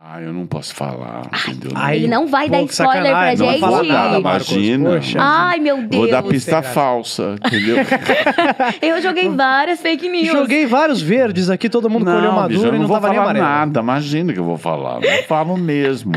Ah, eu não posso falar, entendeu? Não- ai, Ele não vai Pô, dar que spoiler pra sacanagem, não vai gente. vou falar nada, Marcos, imagina. poxa. Ai, meu Deus. Vou dar pista Será? falsa, entendeu? Eu joguei várias fake news. Joguei vários verdes aqui, todo mundo colheu bicho, maduro eu e não não vou tava nem falar amarelo. nada. Imagina que eu vou falar. Não falo mesmo.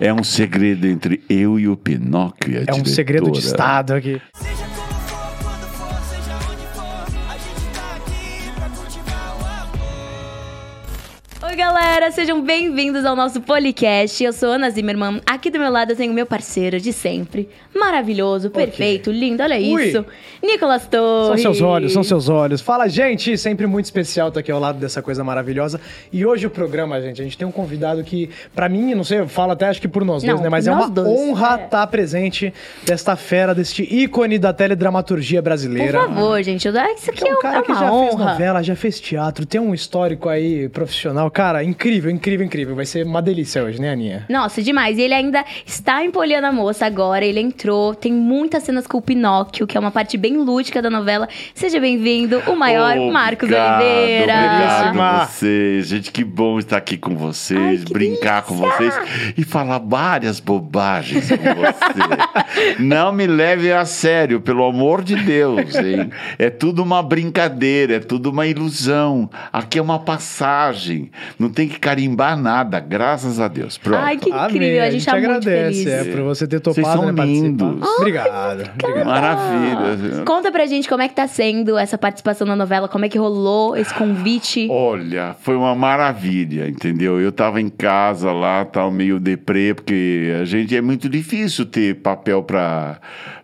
É um segredo entre eu e o Pinóquio. e a É um diretora. segredo de Estado aqui. Seja como for, quando for, seja onde for, a gente tá aqui pra cultivar o amor. Oi, galera, sejam bem-vindos ao nosso podcast. Eu sou Ana Zimmermann. Aqui do meu lado eu tenho meu parceiro de sempre. Maravilhoso, perfeito, lindo, olha Ui. isso. Nicolas Torres. São seus olhos, são seus olhos. Fala, gente, sempre muito especial estar aqui ao lado dessa coisa maravilhosa. E hoje o programa, gente, a gente tem um convidado que, pra mim, não sei, eu falo até acho que por nós Não, dois, né? Mas é nós uma dois. honra É. estar presente desta fera, deste ícone da teledramaturgia Por brasileira. favor, gente, eu... isso aqui Que é é, um um- cara é que uma já fez honra. novela, já fez teatro, tem um histórico aí profissional. Cara, incrível, incrível, incrível. Vai ser uma delícia hoje, né, Aninha? Nossa, demais. E ele ainda está em Poliana Moça agora. Ele entrou. Tem muitas cenas com o Pinóquio, que é uma parte bem lúdica da novela. Seja bem-vindo, o maior Marcos Obrigado, Oliveira. Obrigado Belíssima. a vocês. Gente, que bom estar aqui com vocês, Ai, que brincar com vocês e falar várias bobagens com vocês. Não me levem a sério, pelo amor de Deus, hein? É tudo uma brincadeira, é tudo uma ilusão. Aqui é uma passagem. Não tem que carimbar nada, graças a Deus. Pronto. Ai, que incrível. Amém, A gente tá muito agradece, feliz. é, por você ter Vocês topado, são né, participar. lindos. Obrigado. obrigado. Maravilha. Conta pra gente como é que tá sendo essa participação na novela, como é que rolou esse convite. Olha, foi uma maravilha, entendeu? Eu tava em casa lá, tal, meio deprê, porque a gente é muito difícil ter papel pra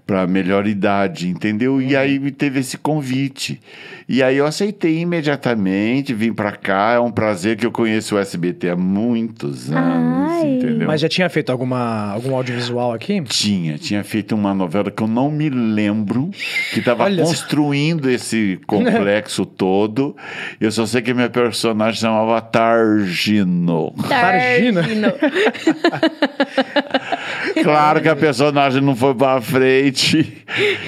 para melhor idade, entendeu? E aí me teve esse convite. E aí eu aceitei imediatamente, vim pra cá, é um prazer que eu conheço o SBT há muitos anos, Ai. entendeu? Mas já tinha feito alguma, algum audiovisual aqui? Tinha, tinha feito uma novela que eu não me lembro, que estava Olha só. construindo esse complexo todo. Eu só sei que minha personagem chamava Targino. Targino. Targino. Claro que a personagem não foi pra frente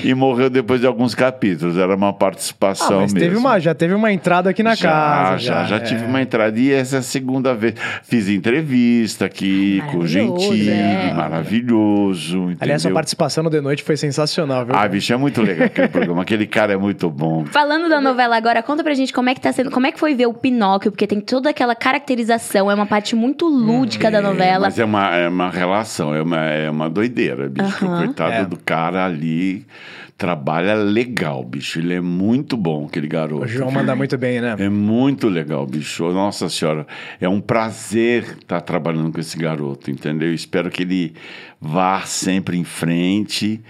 e morreu depois de alguns capítulos. Era uma Ah, participação mas mesmo. teve uma, já teve uma entrada aqui na já, casa. Já, já é. tive uma entrada. E essa é a segunda vez. Fiz entrevista aqui com o Maravilhoso, Gentili, é. maravilhoso. Entendeu? Aliás, sua participação no The Noite foi sensacional, viu? Ah, bicho, é muito legal aquele programa. Aquele cara é muito bom. Falando da novela agora, conta pra gente como é que tá sendo, como é que foi ver o Pinóquio, porque tem toda aquela caracterização, é uma parte muito lúdica da É, novela. Mas é uma, é uma relação, é uma, é uma doideira, bicho. Aham. O coitado É. do cara ali trabalha legal, bicho. Ele é muito bom, aquele garoto. o João manda muito bem, né? É muito legal, bicho. Nossa senhora, é um prazer estar trabalhando com esse garoto, entendeu? Espero que ele vá sempre em frente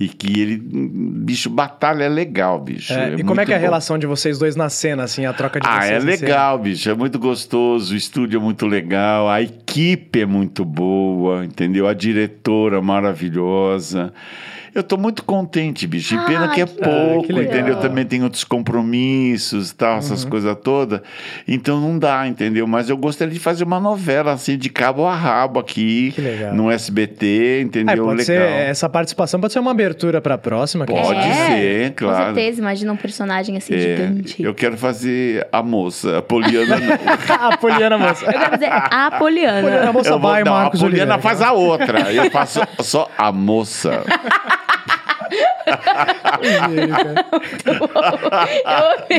e que ele, bicho, batalha é legal, bicho. É, e como é que é a muito bom. relação de vocês dois na cena, assim, a troca de Ah, vocês? é na legal, bicho. É muito gostoso. O estúdio é muito legal. A equipe é muito boa, entendeu? A diretora maravilhosa. Eu tô muito contente, bicho. E pena Ai, que é Ah, que pouco, Ah, legal. Uhum. entendeu? Eu também tenho outros compromissos e tal, essas coisas todas. Então não dá, entendeu? Mas eu gostaria de fazer uma novela, assim, de cabo a rabo aqui. Que legal. No SBT, Ah, entendeu? pode legal. ser, essa participação pode ser uma abertura pra próxima. quem Pode sabe? É, ser, claro. Com certeza, imagina um personagem assim É, gigante. eu quero fazer a moça, a Poliana. não. a Poliana Moça. Eu quero dizer, a Poliana Poliana. Moça eu vou, vai, não, Marcos a Poliana Oliveira. faz a outra. Eu faço só a moça.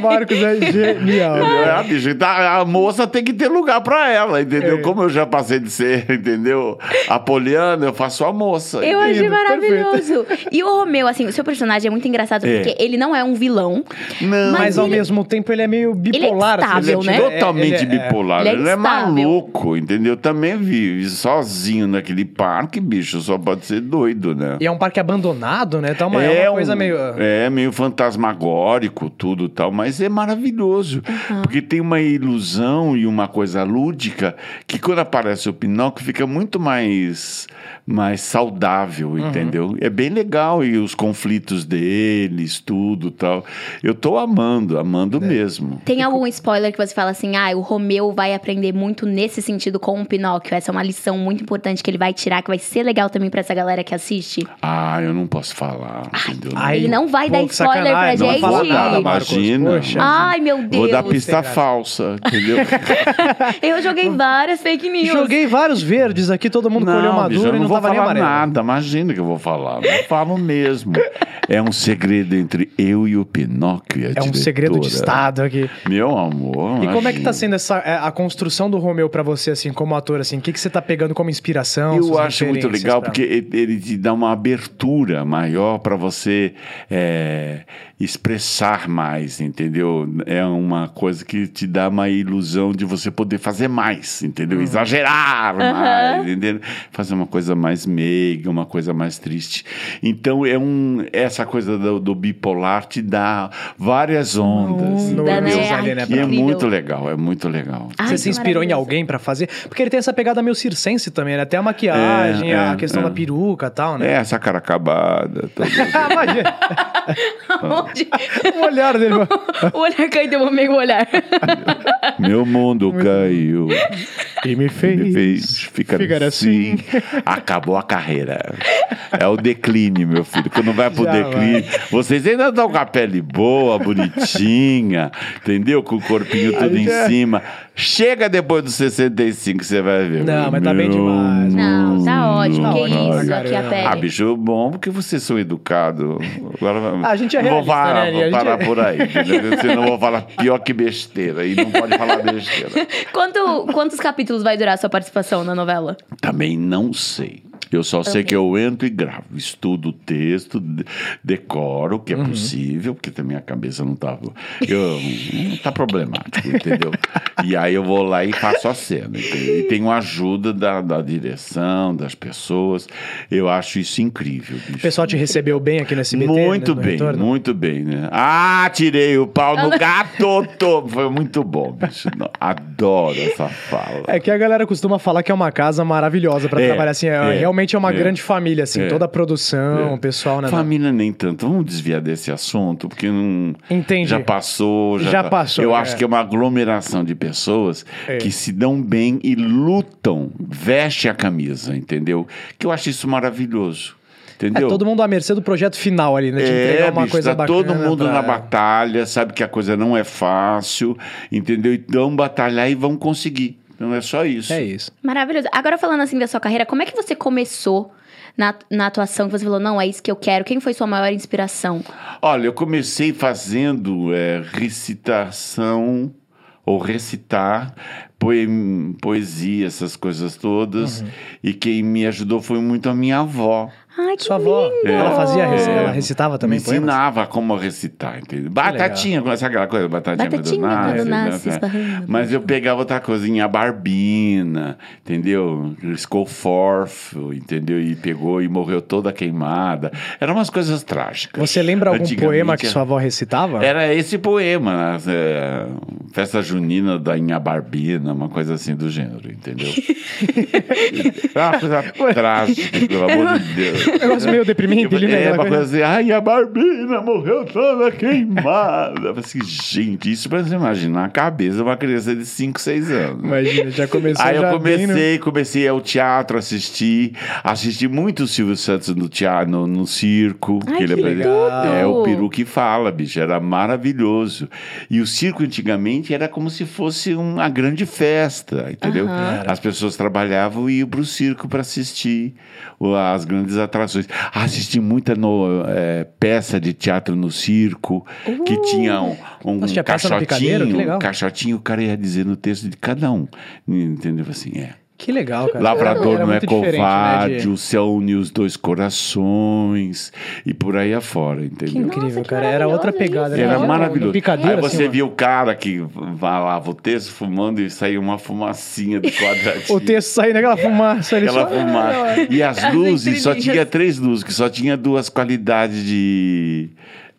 Marcos é genial. Entendeu? É, bicho, então a moça tem que ter lugar pra ela, entendeu? É. Como eu já passei de ser, entendeu? A Poliana, eu faço a moça. Eu achei Lindo, maravilhoso. E o Romeu, assim, o seu personagem é muito engraçado, É. porque ele não é um vilão. Não, Mas, Mas ao ele- mesmo tempo ele é meio bipolar. assim, instável, ele né? é- Totalmente ele é- bipolar. ele Ele é é, instável. maluco, entendeu? Também vive sozinho naquele parque, bicho. Só pode ser doido, né? E é um parque abandonado, né? Tá uma, é uma coisa um- meio. É, meio fantasmagórico, tudo tal, mas é maravilhoso. Porque tem uma ilusão e uma coisa lúdica que quando aparece o Pinóquio fica muito mais, mais saudável, Uhum. entendeu? É bem legal e os conflitos deles, tudo tal. Eu tô amando, É. amando mesmo. Tem algum spoiler que você fala assim, ah, o Romeu vai aprender muito nesse sentido com o Pinóquio. Essa é uma lição muito importante que ele vai tirar, que vai ser legal também pra essa galera que assiste. Ah, eu não posso falar. dá. entendeu? Ele não vai pô, dar que spoiler sacanagem, pra não vai falar gente. nada, Não, Marcos, imagina. poxa. Ai, meu Deus. Vou dar pista Sem graça. falsa, entendeu? Eu joguei várias fake news. Joguei vários verdes aqui, todo mundo colheu não, maduro bicho, eu e não não vou tava nem falar amarelo. nada. Imagina que eu vou falar. Não falo mesmo. É um segredo entre eu e o Pinóquio. e a É um diretora. segredo de Estado aqui. Meu amor. E como é que tá imagina. sendo essa, é, a construção do Romeu pra você, assim, como ator, assim? O que, que você tá pegando como inspiração? Eu suas acho muito referências tá. legal pra- porque ele- ele te dá uma abertura maior para você é, expressar mais, entendeu? É uma coisa que te dá uma ilusão de você poder fazer mais, entendeu? Uhum. Exagerar mais, entendeu? Fazer uma coisa mais meiga, uma coisa mais triste. Então é um essa coisa do, do bipolar te dá várias ondas, Onda, entendeu? né? Ai, E que é incrível. muito legal, é muito legal. Ai, Você que se inspirou em maravilhoso. alguém pra fazer? Porque ele tem essa pegada meio circense também, né? Até a maquiagem, É, a é, questão é. da peruca e tal, É né? essa cara acabada, tá todo Ah, imagina. Onde- o olhar dele. mano. o olhar caiu, deu um meio olhar. Meu mundo caiu. E me fez. Me fez ficar, ficar assim. Acabou a carreira. É o declínio, meu filho. Quando vai pro Já declínio, vocês ainda estão com a pele boa, bonitinha, entendeu? Com o corpinho tudo em já- cima. Chega depois dos 65, você vai ver. Não, mas tá bem Meu demais. Não, tá ótimo. mundo que ótimo, isso, cara. aqui a ah, pele. bicho, bom, porque vocês são educados. Agora, A gente é não vou realista, parar, né, Ari? vou A gente parar é- por aí. entendeu? Senão eu vou falar pior que besteira. E não pode falar besteira. Quanto, quantos capítulos vai durar a sua participação na novela? Também não sei. Eu só sei Também. que eu entro e gravo, estudo o texto, de- decoro o que é Uhum. possível, porque também a cabeça não tá, eu, não tá problemático, entendeu? E aí eu vou lá e faço a cena. entendeu? E tenho a ajuda da, da direção, das pessoas. Eu acho isso incrível, bicho. O pessoal te recebeu bem aqui no SBT? Muito né? No bem, retorno? muito bem, né? Ah, tirei o pau no gato! tô- Foi muito bom, bicho. Não, Adoro essa fala. É que a galera costuma falar que é uma casa maravilhosa pra É, trabalhar, assim. é- é, realmente é uma é, grande família, assim. é, toda a produção, o pessoal, né? Família nem tanto. Vamos desviar desse assunto, porque não. Entendi. Já passou. Já, Já tá- passou, Eu é. acho que é uma aglomeração de pessoas É. que se dão bem e lutam, veste a camisa, entendeu? Que eu acho isso maravilhoso. É Entendeu? todo mundo à mercê do projeto final ali, né? De entregar É, uma bicho, coisa tá bacana. todo mundo pra- na batalha, sabe que a coisa não é fácil, entendeu? Então batalhar e vão conseguir. Não é só isso. É isso. Maravilhoso. Agora falando assim da sua carreira, como é que você começou na, na atuação? Que você falou, não, é isso que eu quero. Quem foi sua maior inspiração? Olha, eu comecei fazendo é, recitação ou recitar poem- poesia, essas coisas todas. Uhum. E quem me ajudou foi muito a minha avó. Ai, que Sua avó, lindo! ela fazia, rec- É. ela recitava também me poemas? ensinava como recitar, entendeu? Batatinha, sabe aquela coisa? Batatinha, Batatinha quando nasce, esbarrando. assim, né? Mas eu pegava outra coisinha, a barbina, entendeu? Escoforfo, entendeu? E pegou e morreu toda queimada. Eram umas coisas trágicas. Você lembra algum Antigamente, poema que é- sua avó recitava? era esse poema, né? É, Festa Junina da Inhabarbina, uma coisa assim do gênero, entendeu? ah, uma coisa trágica, pelo amor de Deus. Um negócio meio deprimente, ele, né? É, Aquela uma coisa- coisa assim, ai, a Barbina morreu toda queimada. Eu falei assim, gente, isso pra você imaginar a cabeça de uma criança de 5, 6 anos. Imagina, já começou Aí já eu bem né? no- comecei, comecei ao teatro, assisti, assisti muito o Silvio Santos no teatro, no, no circo. Ai, ele que apre- tudo! É o peru que fala, bicho, era maravilhoso. E o circo antigamente era como se fosse uma grande festa, entendeu? Aham. As pessoas trabalhavam e iam pro circo para assistir o- as grandes atrações. Assisti muita no- eh, peça de teatro no circo, que Uh! tinha um, um Nossa, tinha peça no Picadeiro? Que caixotinho, legal. um caixotinho, o cara ia dizer no texto de cada um. Entendeu? Assim, é. Que legal, cara. Lavrador Era não é muito diferente, né, covarde, de- o céu une os dois corações e por aí afora, entendeu? Nossa, Incrível, que cara. Era outra maravilhoso pegada. isso. né? Era Olha, maravilhoso. No picadeiro, Aí você assim, via o cara que valava o texto fumando e saía uma fumacinha do quadradinho. O texto saindo daquela fumaça ali. Aquela só- fumaça. E as As luzes, só entrelinhas. tinha três luzes, que só tinha duas qualidades de.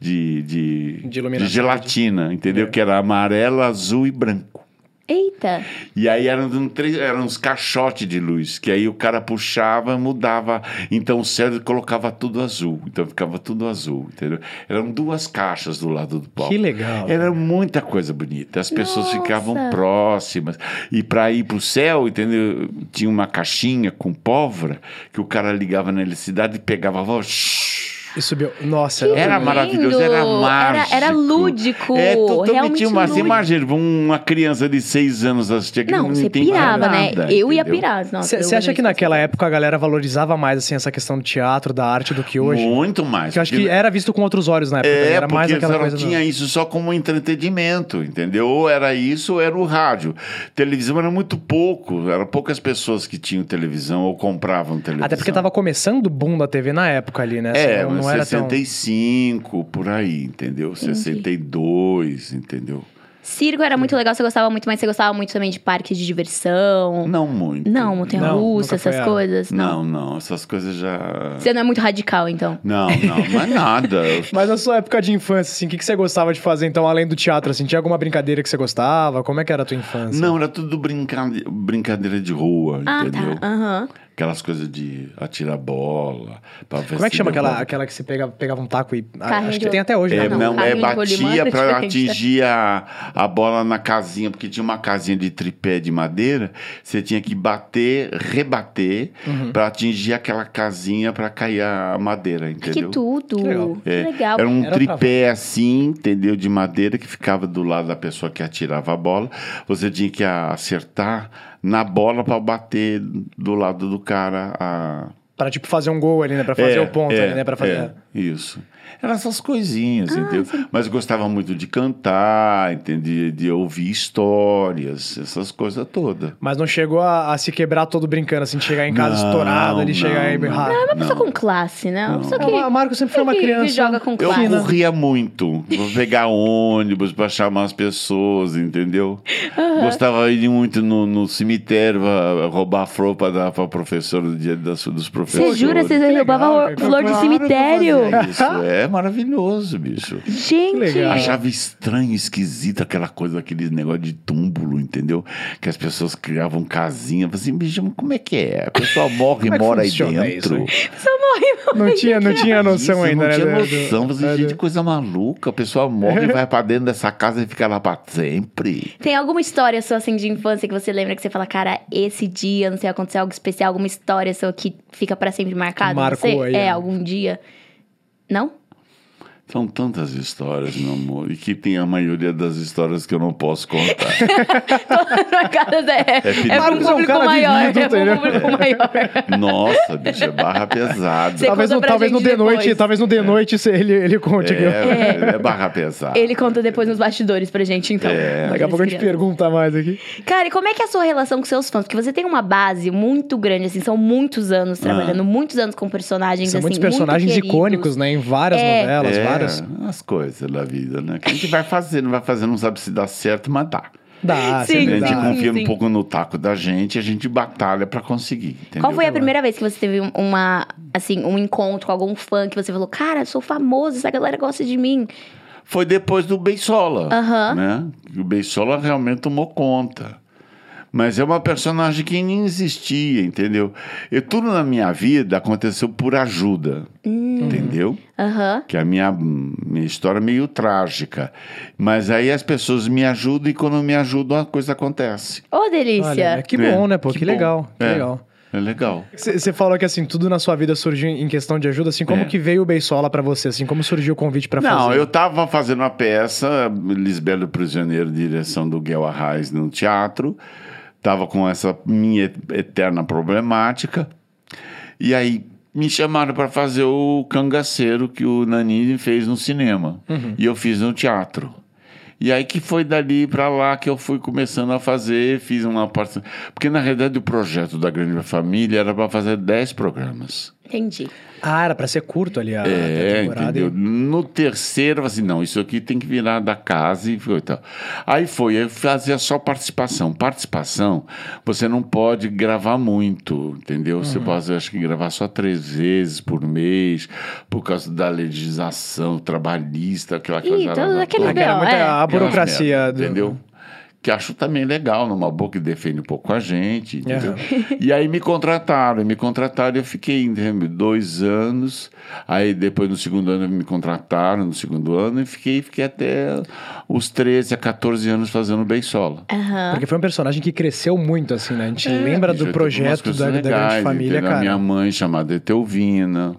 De, de, De iluminação. É. gelatina, entendeu? Que era amarela, azul e branco. Eita! E aí eram, um tre- eram uns caixotes de luz, que aí o cara puxava, mudava. Então o cérebro colocava tudo azul. Então ficava tudo azul, entendeu? Eram duas caixas do lado do palco. Que legal. Era muita coisa bonita. As pessoas Nossa! ficavam próximas. E para ir para o céu, entendeu? Tinha uma caixinha com pólvora que o cara ligava na eletricidade e pegava a voz. E subiu. Nossa, Que Era lindo! maravilhoso, era mágico. Era- era lúdico, É, totalmente realmente uma, você lúdico. imagina, tipo, uma criança de seis anos assistir aquilo, Não, você entendia pirava, né? nada, eu ia entendeu? pirar. nossa, eu Você acha adorei que essa naquela época a galera valorizava mais assim essa questão do teatro, da arte do que hoje? Muito mais. Porque eu acho porque- que era visto com outros olhos na época. né? É, era mais porque aquela ela coisa. do- tinha isso só como entretenimento, entendeu? Ou era isso ou era o rádio. Televisão era muito pouco, eram poucas pessoas que tinham televisão ou compravam televisão. Até porque tava começando o boom da TV na época ali, né? É, Assim, não, não era tão... 65, por aí, entendeu? 62, entendeu? Circo era Hum. muito legal, você gostava muito, mas você gostava muito também de parques de diversão. Não muito. Não, montanha russa, nunca foi essas a- coisas. Não. Não, não, essas coisas já... Você não é muito radical, então. Não, não, mas nada. Mas na sua época de infância, assim, o que, que você gostava de fazer, então, além do teatro, assim? Tinha alguma brincadeira que você gostava? Como é que era a tua infância? Não, era tudo brincade- brincadeira de rua, Ah, entendeu? tá. Aham. Aquelas coisas de atirar bola. pra ver Como é se que chama deu aquela, bola. aquela que você pega, pegava um taco e... ah, Carrinho Acho de- que tem até hoje, É, né? Ah, não. não, é Carrinho de rolimã batia era pra diferente, atingir a, a bola na casinha, porque tinha uma casinha de tripé de madeira, você tinha que bater, rebater, Uhum. pra atingir aquela casinha pra cair a madeira, É Ai, Que entendeu? tudo. Que legal. legal. É, Era um Era tripé assim, entendeu? De madeira que ficava do lado da pessoa que atirava a bola. Você tinha que acertar na bola pra bater do lado do cara a, Pra, tipo, fazer um gol ali, né? Pra fazer é, o ponto é, ali, né? Pra fazer... é, isso. Eram essas coisinhas, Ah, entendeu? Mas eu gostava muito de cantar, entendi, de ouvir histórias, essas coisas todas. Mas não chegou a, a se quebrar todo brincando, assim, de chegar em casa Não, estourado, ele não, chegar aí... não. Ah, É uma pessoa Não. com classe, né? Uma Não. pessoa É, que. o Marco sempre foi uma que- criança. Que joga com Eu classe. corria muito, pra pegar ônibus pra chamar as pessoas, entendeu? Gostava de ir muito no, no cemitério pra roubar a flor pra dar pra professora do dia das, dos professores. Você jura? Você legal, roubava cara. flor de Claro que eu cemitério? É. fazia Isso é maravilhoso, bicho. Gente. legal. Achava estranho, esquisito aquela coisa, aquele negócio de túmulo, entendeu? Que as pessoas criavam casinha. Falei assim, bicho, mas como é que é? A pessoa morre Como é e que mora aí funciona dentro. Não tinha, né? não tinha noção Isso, ainda, não né? tinha do- noção. do- Falei é, assim, do- gente, coisa maluca. A pessoa morre e vai pra dentro dessa casa e fica lá pra sempre. Tem alguma história sua, assim, de infância que você lembra que você fala, cara, esse dia, não sei, aconteceu algo especial, alguma história sua que fica pra sempre marcada? em Marcou você? aí, É, né? algum dia. Não? São tantas histórias, meu amor. E que tem a maioria das histórias que eu não posso contar. Na cara da... É, é pra um Marcos é um público cara maior, vivido, é pra entendeu? um público maior. Nossa, bicho, é barra pesada. Você Talvez, conta no, pra talvez no gente de depois. noite, talvez no de noite se ele, ele conte. viu? É, é barra pesada. Ele conta depois nos bastidores pra gente, então. É. Daqui a pouco a gente pergunta mais aqui. Cara, e como é que é a sua relação com seus fãs? Porque você tem uma base muito grande, assim, são muitos anos trabalhando, muitos anos com personagens, São assim, muitos personagens muito queridos. icônicos, né? Em várias É. novelas, é, várias. As coisas da vida, né? Que a gente vai fazendo, vai fazendo, não sabe se dá certo, mas dá. Dá, Sim, A sempre gente sim, dá. confia sim. um pouco no taco da gente, a gente batalha pra conseguir. Entendeu? Qual foi a primeira vez que você teve um- uma, assim, um encontro com algum fã que você falou, cara, eu sou famoso, essa galera gosta de mim? Foi depois do Beisola, Aham. né? E O Beisola realmente tomou conta. Mas é uma personagem que nem existia, entendeu? E tudo na minha vida aconteceu por ajuda, entendeu? Aham. que a minha, minha história é meio trágica. Mas aí as pessoas me ajudam e quando me ajudam a coisa acontece. Ô, delícia. Olha, é que bom, né, pô? Que, bom. legal, que É, legal. É legal. Você falou que, assim, tudo na sua vida surgiu em questão de ajuda. Assim, como É. que veio o Beisola pra você? Assim, como surgiu o convite pra fazer? Não, eu estava fazendo uma peça, Lisbelo Prisioneiro, direção do Guel Arraes no teatro. Tava com essa minha eterna problemática. E aí me chamaram para fazer o Cangaceiro que o Nanini fez no cinema. Uhum. E eu fiz no teatro. E aí que foi dali para lá que eu fui começando a fazer, fiz uma parte. Porque na realidade o projeto da Grande Família era para fazer 10 programas. Entendi. Ah, era pra ser curto ali a, a É, temporada. entendeu? No terceiro, eu falei assim, não, isso aqui tem que virar da casa e foi tal. Aí foi, aí fazia só participação. Participação, você não pode gravar muito, entendeu? Você pode, acho que, gravar só três vezes por mês, por causa da legislação trabalhista, aquela Ih, coisa. lá, todo lá, aquele lá. Ah, B.O. Era muita É. a burocracia. Aquelas merda, do- Entendeu? que acho também legal, numa boa que defende um pouco a gente. entendeu? E aí me contrataram, e me contrataram, e eu fiquei entendeu? dois anos. Aí depois no segundo ano me contrataram, no segundo ano, e fiquei, fiquei até os 13 a 14 anos fazendo bem solo. Aham. Porque foi um personagem que cresceu muito, assim, né? A gente lembra Bicho, do eu tenho É. umas projeto coisas da, da Grande legais, Família, entendeu? A cara. minha mãe chamada Etelvina,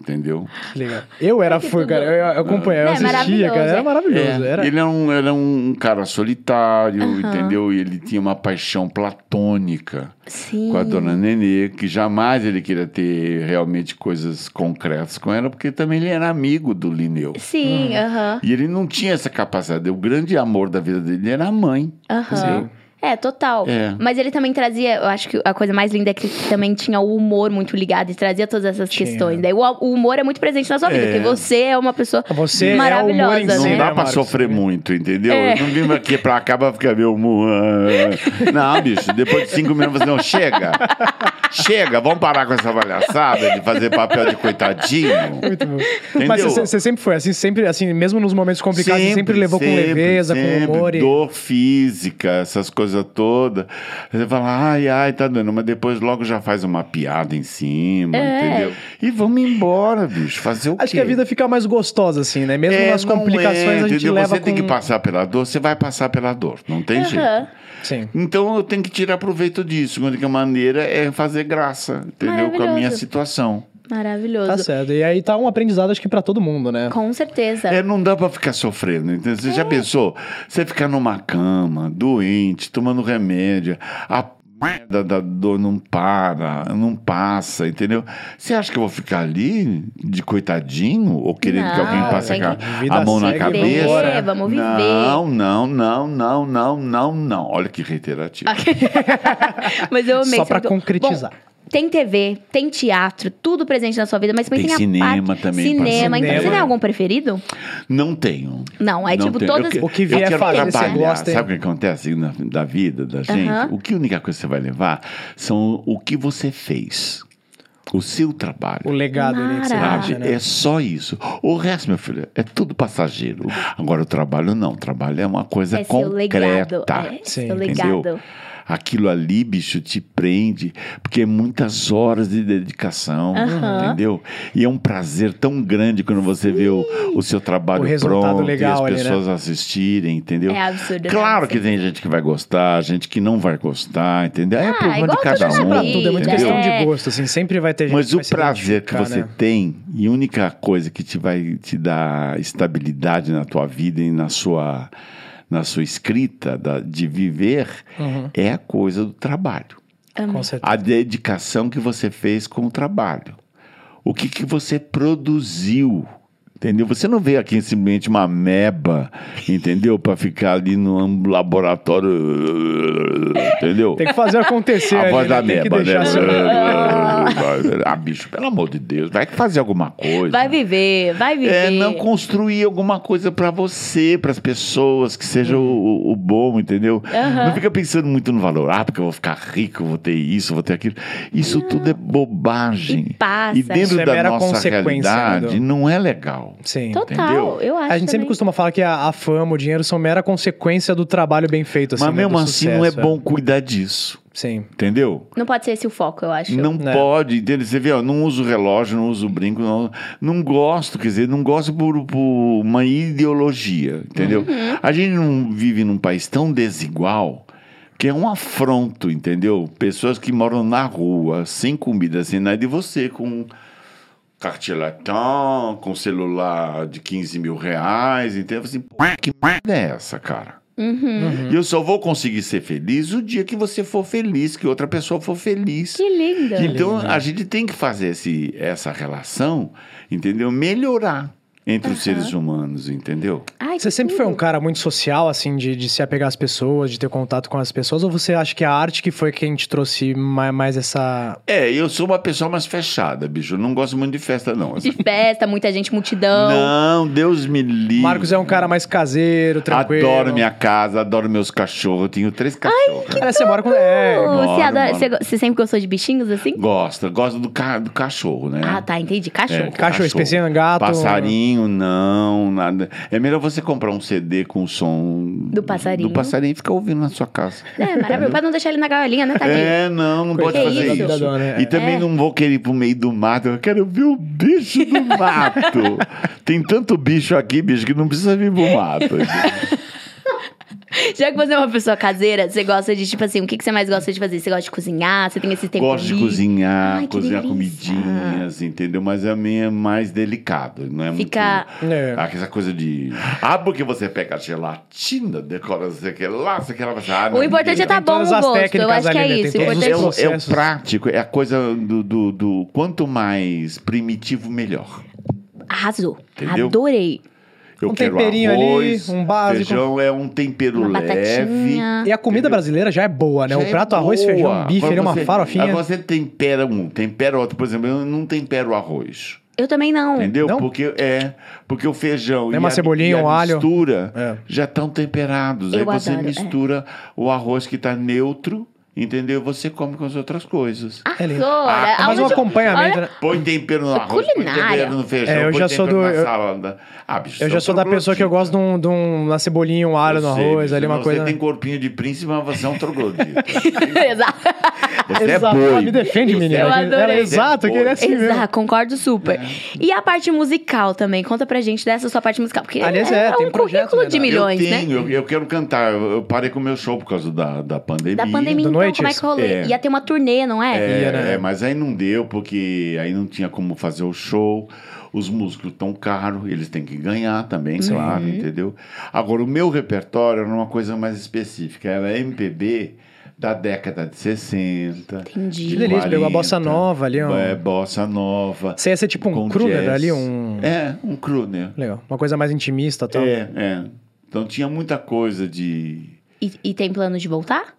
entendeu? Que legal. Tá Eu era fã, cara. Eu, eu acompanhava, eu É, assistia, maravilhoso, cara. Era é. maravilhoso. É, Era... Ele é um, era um cara solitário, entendeu? E ele tinha uma paixão platônica Sim. Uhum. com a dona Nenê, que jamais ele queria ter realmente coisas concretas com ela, porque também ele era amigo do Lineu. Uhum. Sim, aham. E ele não tinha essa capacidade. O grande amor da vida dele era a mãe. Aham. É, total. É. Mas ele também trazia, eu acho que a coisa mais linda é que ele também tinha o humor muito ligado e trazia todas essas Tinha. questões. Daí o, o humor é muito presente na sua vida, É. porque você é uma pessoa Você é o humor em maravilhosa, si, Não Sim, né? dá né, pra Marcos? sofrer muito, entendeu? É. Eu Não vim aqui pra cá pra ficar meio. mu- Não, bicho, depois de cinco minutos você não chega. Chega, vamos parar com essa palhaçada de fazer papel de coitadinho. Muito bom. Entendeu? Mas você- você sempre foi assim, sempre, assim, mesmo nos momentos complicados, você sempre levou com leveza, sempre, com humor. e- Dor física, essas coisas todas. Você fala, ai, ai, tá doendo. Mas depois logo já faz uma piada em cima, É. entendeu? E vamos embora, bicho. Fazer o quê? Acho que a vida fica mais gostosa, assim, né? Mesmo É, nas não complicações, é, a gente entendeu? leva Você tem com... que passar pela dor, você vai passar pela dor. Não tem jeito. Aham. Sim. Então eu tenho que tirar proveito disso. A única maneira é fazer graça, entendeu? Com a minha Maravilhoso. situação. Maravilhoso. Tá certo. E aí tá um aprendizado, acho que pra todo mundo, né? Com certeza. É, não dá pra ficar sofrendo, entendeu? Você É. já pensou? Você ficar numa cama, doente, tomando remédio, a merda da dor não para, não passa, entendeu? Você acha que eu vou ficar ali de coitadinho ou querendo que Não, alguém passe tem a, que- É, a Vida mão na segue, vamos cabeça? embora. Vamos viver. Não, não, não, não, não, não, não. Olha que reiterativo. Mas eu amei. Só você pra falou. concretizar. Bom, tem TV, tem teatro, tudo presente na sua vida, mas Tem também tem, a cinema parte... também, Cinema. Então, parceiro. você tem algum preferido? Não tenho. Não, é tipo todas- que- O que vier eu quero fazer, você trabalhar. gosta, hein? Sabe o que acontece na- da vida da gente? Aham. O que a única coisa que você vai levar são o que você fez. O seu trabalho. O legado ali que você Mara. Sabe? acha, né? É só isso. O resto, meu filho, é tudo passageiro. Agora, o trabalho não. O trabalho é uma coisa É seu legado. concreta. É, Sim. seu legado. Entendeu? Aquilo ali, bicho, te prende, porque é muitas horas de dedicação, Aham. entendeu? E é um prazer tão grande quando você vê o, o seu trabalho O resultado pronto legal e ali, as né? pessoas assistirem, entendeu? É absurdo, né? Claro que Sim. tem gente que vai gostar, gente que não vai gostar, entendeu? é Ah, problema igual de cada tudo na um. Pra tudo, é muito entendeu? questão É. de gosto, assim. Sempre vai ter gente Mas que o vai se prazer que identificar, você né? tem e a única coisa que te vai te dar estabilidade na tua vida e na sua na sua escrita da- de viver Uhum. é a coisa do trabalho, Com certeza. a dedicação que você fez com o trabalho, o que que você produziu. Entendeu? Você não veio aqui simplesmente uma meba, entendeu? Para ficar ali no laboratório, entendeu? Tem que fazer acontecer A ali, voz né? da Tem que meba, né? deixar assim. seu- ah, bicho, pelo amor de Deus, vai fazer alguma coisa. Vai viver, vai viver. É, não construir alguma coisa pra você, pras pessoas, que seja o, o- o bom, entendeu? Aham. Não fica pensando muito no valor. Ah, porque eu vou ficar rico, eu vou ter isso, eu vou ter aquilo. Isso tudo é bobagem. E passa. E dentro Isso é da mera nossa consequência, né, realidade, Edu? não é legal. Sim. Total, Entendeu? eu acho A gente sempre Então tá, também. costuma falar que a, a fama, o dinheiro são mera consequência do trabalho bem feito, assim. Mas né? mesmo Do assim, não é sucesso, bom cuidar disso, Sim. entendeu? Não pode ser esse o foco, eu acho. Não né? pode, entendeu? Você vê, ó, não uso relógio, não uso brinco, não, não gosto, quer dizer, não gosto por, por uma ideologia, entendeu? A gente não vive num país tão desigual que é um afronto, entendeu? Pessoas que moram na rua, sem comida, sem nada, e você com cartier latin, com celular de 15 mil reais, entendeu? Assim, "Pô, que merda é essa, cara? Uhum. Uhum. E eu só vou conseguir ser feliz o dia que você for feliz, que outra pessoa for feliz. Que linda. Então a gente tem que fazer esse, essa relação, entendeu? Melhorar entre os seres humanos, entendeu? Ai, Você que sempre foi um tudo. cara muito social, assim, de, de se apegar às pessoas, de ter contato com as pessoas, ou você acha que a arte que foi quem te trouxe ma- mais, essa. É, eu sou uma pessoa mais fechada, bicho. Eu não gosto muito de festa, não. um- De festa, muita gente, multidão. Não, Deus me livre. Marcos é um cara mais caseiro, tranquilo. Adoro minha casa, adoro meus cachorros. Eu tenho três cachorros. Cara, você mora com. É. Ô, Você, Moro, adora- moro. você go- você sempre gostou de bichinhos assim? Gosto, gosto do, ca do cachorro, né? Ah, tá, entendi. Cachorro. É, Cachorro, especialmente gato. Passarinho, passarinho, não, nada. É melhor você comprar um CD com o som Do passarinho. Do passarinho e ficar ouvindo na sua casa. É, maravilhoso. Pra não deixar ele na gaiolinha, né, tadinho? É, não, não pode Que fazer isso? isso. Cidadão, né? E também É. não vou querer ir pro meio do mato. Eu quero ver o bicho do mato. Tem tanto bicho aqui, bicho, que não precisa vir pro mato. Já que você é uma pessoa caseira, você gosta de, tipo assim, o que, que você mais gosta de fazer? Você gosta de cozinhar? Você tem esse tempo Gosto de livre? cozinhar, Ai, que cozinhar delícia. comidinhas, entendeu? Mas a minha é mais delicada, não é Fica- muito... É. Ah, Essa coisa de... Ah, porque você pega a gelatina, decora, você quer lá, você quer lá... você- Ah, O não, importante é ninguém- tá bom o todas as gosto. Eu técnicas acho que é ali, né? Tem isso. O todos os É, importante o, é o processos. prático, é a coisa do, do, do quanto mais primitivo, melhor. é Arrasou. Entendeu? Adorei. Eu Um quero temperinho ali, arroz, um básico. feijão é um tempero Uma leve. batatinha. E a comida brasileira já é boa, né? Já o é prato, arroz, boa. feijão, bife, Agora ali, uma você- farofinha. Agora você tempera um, tempera outro. Por exemplo, eu não tempero arroz. Eu também não. Entendeu? Hum, Não? Porque é porque o feijão Tem uma a- cebolinha, e a um alho. mistura É. já estão temperados. Aí Eu você adoro, é. mistura o arroz que está neutro, entendeu? E Você come com as outras coisas. Arrasou. Ah, olha, Mas um aonde- acompanhamento, né? olha- Põe tempero no arroz, põe culinária. tempero no feijão, É, eu põe já sou tempero do- na eu- salada. Ah, bicho, Eu você é um já sou da pessoa que eu gosto de, um, de um- uma cebolinha, um alho no Eu sei, arroz, bicho, ali, uma você coisa. tem corpinho de príncipe, mas você é um troglodita. né? Exato. Você é Exato, ela boi. me defende, menina. eu Ela- é adorei. Exato, que ele é assim mesmo. É. Exato, concordo super. E a parte musical também? Conta pra gente dessa sua parte musical. Porque Aliás, é, é, tem um projeto, currículo né, de Nath? milhões, eu né? tenho, eu, eu quero cantar. Eu eu parei com o meu show por causa da, da pandemia. Da pandemia, Do então, Noites? como é que rolou? É. Ia ter uma turnê, não é? É, Ia, né? é, mas aí não deu, porque aí não tinha como fazer o show. Os músicos tão caros, eles têm que ganhar também, claro, entendeu? Agora, o meu repertório era uma coisa mais específica. Era MPB da década de 60. Entendi. de Que delícia, pegou 40. a bossa nova ali, ó. É, bossa nova. Você ia ser tipo um com crooner jazz. ali, um. É, um crooner. Legal. Uma coisa mais intimista e tal. É, é. Então tinha muita coisa de. E, e tem plano de voltar?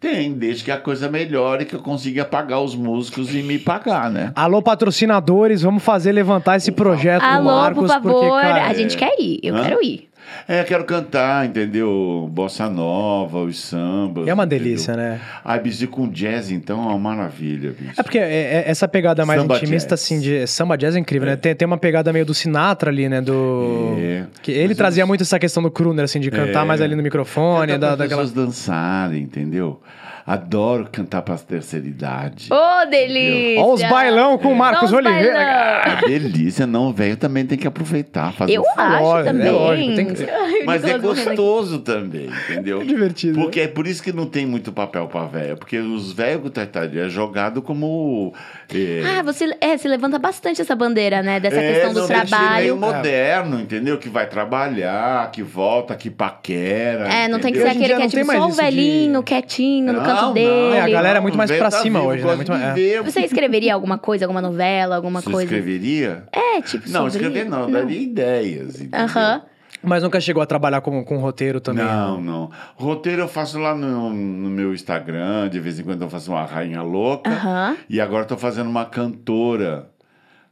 Tem, desde que a coisa melhore, que eu consiga pagar os músicos e me pagar, né? Alô, patrocinadores, vamos fazer levantar esse projeto do Alô, Marcos, por favor. porque, cara, é- a gente quer ir. Eu Hã? quero ir. É, quero cantar, entendeu? Bossa nova, os sambas. é uma entendeu? delícia, né? Ai, bicho, e com jazz, então, é uma maravilha, bicho. É porque é- é- essa pegada mais Samba intimista, jazz. assim, de samba jazz é incrível, né? Tem, tem uma pegada meio do Sinatra ali, né? Do. É. Que ele Mas É. trazia eu- muito essa questão do crooner, assim, de cantar mais ali no microfone, Cantar da, pras é daquela. pessoas dançarem, entendeu? Adoro cantar pra terceira idade. É Ô, delícia! Olha os bailão com o Marcos Olha os Oliveira, bailão. cara. É delícia, não, o velho também tem que aproveitar, fazer Eu um acho lógico, é também. lógico, tem que- Eu Mas digo é as coisas aqui. gostoso também, entendeu? Divertido, né? Porque é por isso que não tem muito papel pra velha. Porque os velhos, Tartari, é jogado como. É, Ah, você, é, você levanta bastante essa bandeira, né? Dessa é, questão do não, tem que ser meio trabalho. moderno, entendeu? Que vai trabalhar, que volta, que paquera. É, não tem que entendeu? ser Hoje em aquele dia que não é tem tipo mais só o isso de- velhinho, quietinho, no Não, canto não, dele. É, a galera é muito o mais velho pra tá cima vivo, hoje, né? gosta Muito mais- de é. viver. Você escreveria alguma coisa, alguma novela, alguma Você coisa? escreveria? É, tipo Não, sobre... escrever não, daria ideias. entendeu? Aham. Mas nunca chegou a trabalhar com, com roteiro também. Não, não. Roteiro eu faço lá no, no meu Instagram, de vez em quando eu faço uma rainha louca. Aham. E agora eu tô fazendo uma cantora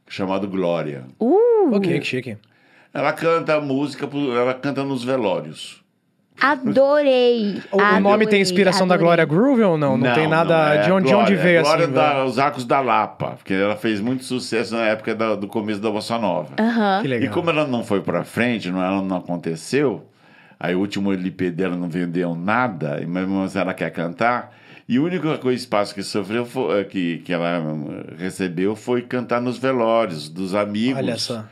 chamada Glória. Uh, Ok, que chique. Ela canta música, pro- ela canta nos velórios. adorei. O, o nome tem inspiração da Glória Groove ou não? Não, tem nada. é de, onde, de Glória, onde veio é Glória assim? da- velho? os Arcos da Lapa, porque ela fez muito sucesso na época da- do começo da Bossa Nova. Aham. Que E legal. como ela não foi pra frente, não, ela não aconteceu, aí o último LP dela não vendeu nada, e mesmo assim ela quer cantar. E o único co- espaço que sofreu fo- eh, que, que ela hum, recebeu foi cantar nos velórios dos é amigos Olha só.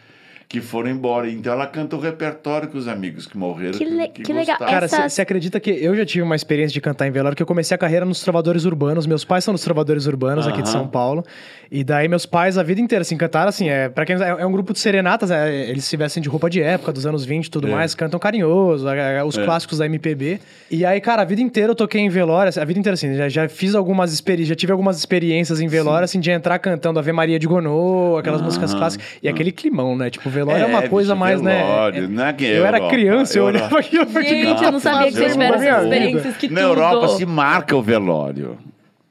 que foram embora. Então ela canta o repertório que os amigos que morreram. Que le- que legal. gostaram. Essa- Cara, você Essas- acredita que eu já tive uma experiência de cantar em velório, que eu comecei a carreira nos trovadores urbanos. Meus pais são dos trovadores urbanos aqui de Aham. São Paulo. E daí meus pais a vida inteira, assim, cantaram assim, é, para quem é, é um grupo de serenatas, né, eles se vestem de roupa de época, dos anos 20 e tudo É. mais, cantam carinhoso, é, é, os clássicos da MPB. E aí, cara, a vida inteira eu toquei em velório, assim, a vida inteira assim, já, já fiz algumas experiências, já tive algumas experiências em velório, assim, de entrar cantando Ave Maria de Gonoa, aquelas músicas Aham. clássicas. E aquele climão, né? Tipo, velório é, uma bicho, coisa mais, velório, né? não é que Eu era Europa, criança, eu Europa- olhava aquilo e falei, "Que Gente, eu não sabia que vocês Eu não tiveram essas sabia. experiências que Na tudo. Europa se marca o velório.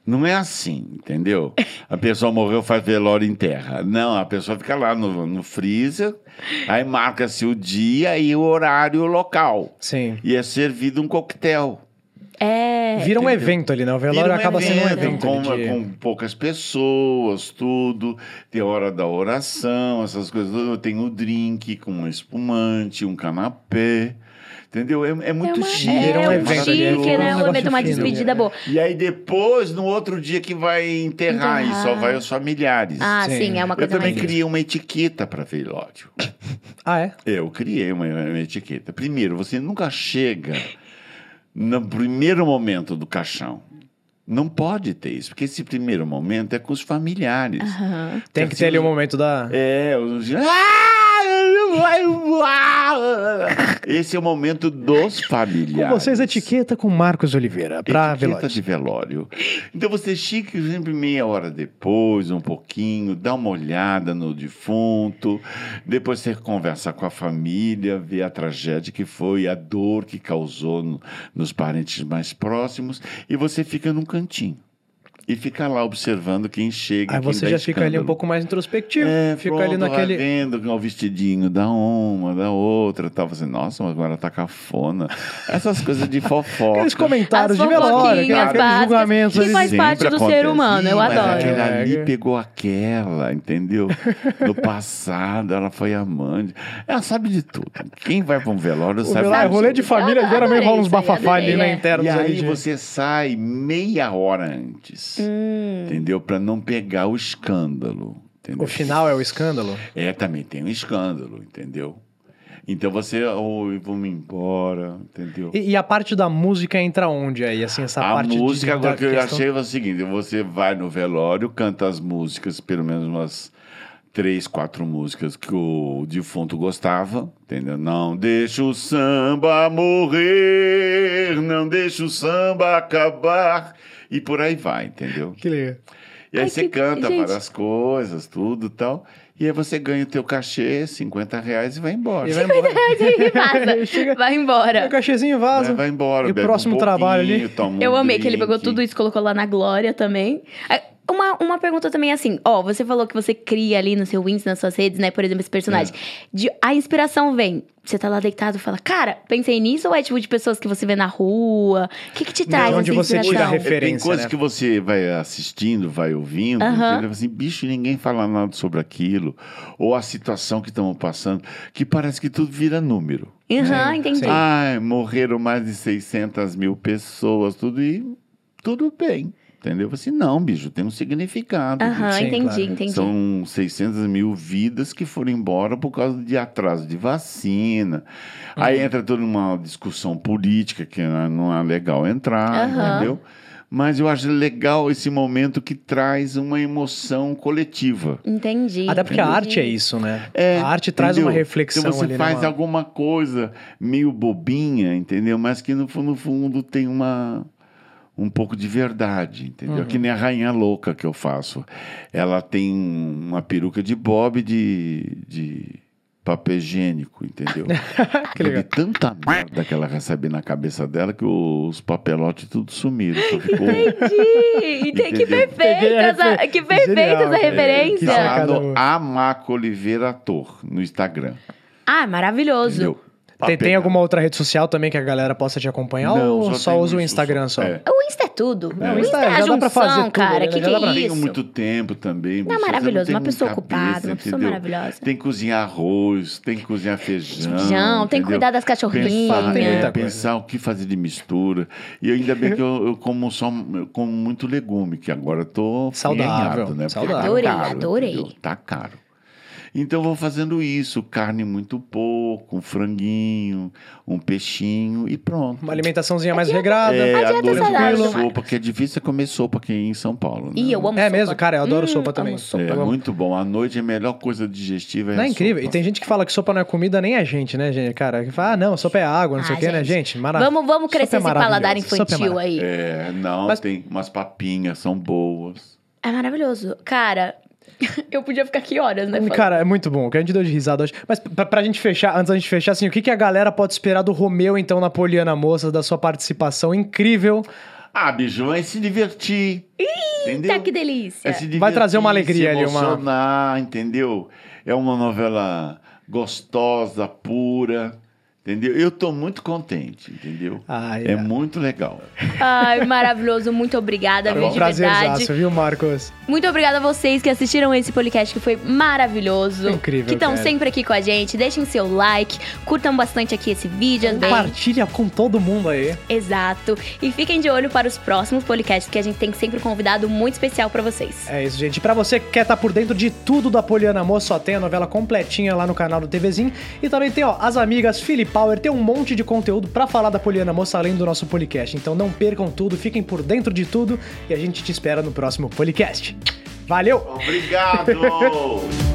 Não é assim, entendeu? A pessoa morreu, faz velório em terra. Não, a pessoa fica lá no, no freezer, aí marca-se o dia e o horário e o local. Sim. E é servido um coquetel. É. Vira um entendeu? evento ali, né? O velório Vira um acaba sendo um evento. com, ali de- com poucas pessoas, tudo. Tem a hora da oração, essas coisas. Eu tenho o drink com um espumante, um canapé. Entendeu? É, é muito é uma, chique. é, Vira um um evento ali, é um chique, né? Um negócio evento, uma fino. despedida boa. E aí depois, no outro dia que vai enterrar, Enterrar. e só vai os familiares. Ah, Sim. sim, é uma Eu coisa também mais. criei uma etiqueta para velório. Ah, é? Eu criei uma, uma etiqueta. Primeiro, você nunca chega no primeiro momento do caixão. Não pode ter isso, porque esse primeiro momento é com os familiares. Aham. Tem que ter ali o momento da. É, os... Ah, eu não vou- ah! esse é o momento dos Com familiares. vocês, etiqueta com Marcos Oliveira, pra Etiqueta velório. de velório. Então você chica sempre meia hora depois, um pouquinho, dá uma olhada no defunto, depois você conversa com a família, vê a tragédia que foi, a dor que causou no- nos parentes mais próximos, e você fica num cantinho. E fica lá observando quem chega. Aí quem você dá já fica ali um escândalo. pouco mais introspectivo. É, fica pronto, ali naquele. vai vendo com o vestidinho da uma, da outra, e tal. Você, nossa, mas agora tá cafona. Essas coisas de fofoca. Aqueles comentários As de velório, fofoquinhas cara, aqueles básicas julgamentos que ali. faz Sempre parte do ser humano, eu acontecia, adoro. Mas aquela É. ali pegou aquela, entendeu? No passado, ela foi amante. Ela sabe de tudo. Quem vai pra um velório O sabe velório, é de rolê tudo. de família, Eu geralmente adorei rola uns isso aí, bafafá ali adorei, na é. interna. E ali aí de- você sai meia hora antes, entendeu? Pra não pegar o escândalo. Entendeu? O final é o escândalo? É, também tem um escândalo, entendeu? Então você, oi, vamos embora, entendeu? E, e a parte da música entra onde aí? Assim, essa a parte de- música, da agora que eu questão- achei, foi o seguinte: você vai no velório, canta as músicas, pelo menos umas três, quatro músicas que o defunto gostava, entendeu? Não deixa o samba morrer, não deixa o samba acabar, e por aí vai, entendeu? Que legal. E aí Ai, você que- canta gente. várias coisas, tudo e tal. E aí você ganha o teu cachê, 50 reais, e vai embora. E vai embora. Vaza. Chega- Vai O embora. cachezinho vaza. Vai, vai embora. E o bebe próximo um trabalho ali? pouquinho, toma um Eu amei que ele pegou drink. tudo isso, colocou lá na Glória também. Ah, Uma, uma pergunta também assim, ó, você falou que você cria ali no seu Insta, nas suas redes, né, por exemplo, esse personagem. É. De- a inspiração vem, você tá lá deitado e fala, cara, pensei nisso ou é tipo de pessoas que você vê na rua? O que que te traz onde essa você tira inspiração? a refer- Tem referência, coisas né? que você vai assistindo, vai ouvindo, Aham. entendeu? Assim, bicho, ninguém fala nada sobre aquilo. Ou a situação que estamos passando, que parece que tudo vira número. Aham, Sim, entendi. sim. Ai, morreram mais de 600 mil pessoas, tudo e tudo bem, entendeu? Assim, não, bicho, tem um significado. um Aham, Sim, entendi, claro. entendi. São 600 mil vidas que foram embora por causa de atraso de vacina. Uhum. Aí entra toda uma discussão política que não é legal entrar, Aham. entendeu? Mas eu acho legal esse momento que traz uma emoção coletiva. Entendi. Até porque a entendi. arte é isso, né? É, a arte traz entendeu? uma reflexão Então você ali. né, faz numa- alguma coisa meio bobinha, entendeu? Mas que no fundo, no fundo tem uma um pouco de verdade, entendeu? Uhum. Que nem a rainha louca que eu faço. Ela tem um, uma peruca de bob de, de papel higiênico, entendeu? Que legal. De tanta merda que ela recebe na cabeça dela que os papelotes tudo sumiram. Só ficou Entendi. Entendi. Que Entendeu? Peguei a perfeita essa, refer- que perfeita Genial, essa cara. referência. Que tá lá sacada no boa. Amaco Oliveira Ator, no Instagram. Ah, maravilhoso. Entendeu? Tem, tem Papel- alguma outra rede social também que a galera possa te acompanhar? É ou só tem usa o isso, Instagram só? É. O Insta é tudo. É, o Insta é já a dá pra junção, fazer tudo cara. ali, né? que Já que dá pra- é Tenho isso? muito tempo também. Não, bicho, maravilhoso, você uma pessoa ocupada, uma pessoa entendeu? maravilhosa. Tem que cozinhar arroz, tem que cozinhar feijão. Feijão, tem que entendeu? cuidar das cachorrinhas. Pensar, Tem muita é, coisa. pensar o que fazer de mistura. E ainda bem que eu, eu como só eu como muito legume, que agora eu tô Saudável, ferrenhado, né? Porque saudável. Adorei, Tá caro, adorei. entendeu? Tá caro. Então eu vou fazendo isso, carne muito pouco, um franguinho, um peixinho e pronto. Uma alimentaçãozinha mais regrada. É, A dieta adoro saudável, comer Marcos. sopa, que é difícil é comer sopa aqui em São Paulo. Né? E eu amo É sopa. Hum, mesmo, cara, eu adoro sopa amo também. Tá sopa. É muito bom. A noite é a melhor coisa digestiva. É, Não a é incrível. E sopa. tem gente que fala que sopa não é comida, nem a gente, né, gente? Cara, que fala, ah, não, sopa é água, não Ah, sei o quê, né, gente, gente? Mara... Vamos, vamos Sopa é crescer esse paladar maravilhosa, sopa é infantil maravilhosa. aí. É. É, não, Mas- tem umas papinhas, são boas. É. É maravilhoso. Cara, eu podia ficar aqui horas, né? falando. Cara, é muito bom. O que a gente deu de risada hoje. Mas pra, pra gente fechar, antes da gente fechar, assim, o que, que a galera pode esperar do Romeu, então, na Poliana Moça, da sua participação incrível? Ah, bicho, é se divertir. entendeu? Eita, tá que delícia. É se divertir, Vai trazer uma alegria se ali, uma- emocionar, entendeu? É uma novela gostosa, pura. Entendeu? Eu tô muito contente, entendeu? Ah, é é. muito legal. Ai, maravilhoso. Muito obrigada, Foi viu, um de verdade. prazerzaço, viu, Marcos? Muito obrigada a vocês que assistiram esse podcast que foi maravilhoso. É Incrível, Que estão cara. sempre aqui com a gente. Deixem seu like, curtam bastante aqui esse vídeo. Bem, Compartilha com todo mundo aí. exato. E fiquem de olho para os próximos podcasts que a gente tem sempre um convidado muito especial pra vocês. É isso, gente. E Pra você que quer estar por dentro de tudo da Poliana Amor, só tem a novela completinha lá no canal do TVzinho. E também tem, ó, As Amigas, Philly Power, tem um monte de conteúdo pra falar da Poliana Moça além do nosso podcast. Então não percam tudo, fiquem por dentro de tudo e a gente te espera no próximo podcast. Valeu! Obrigado! tá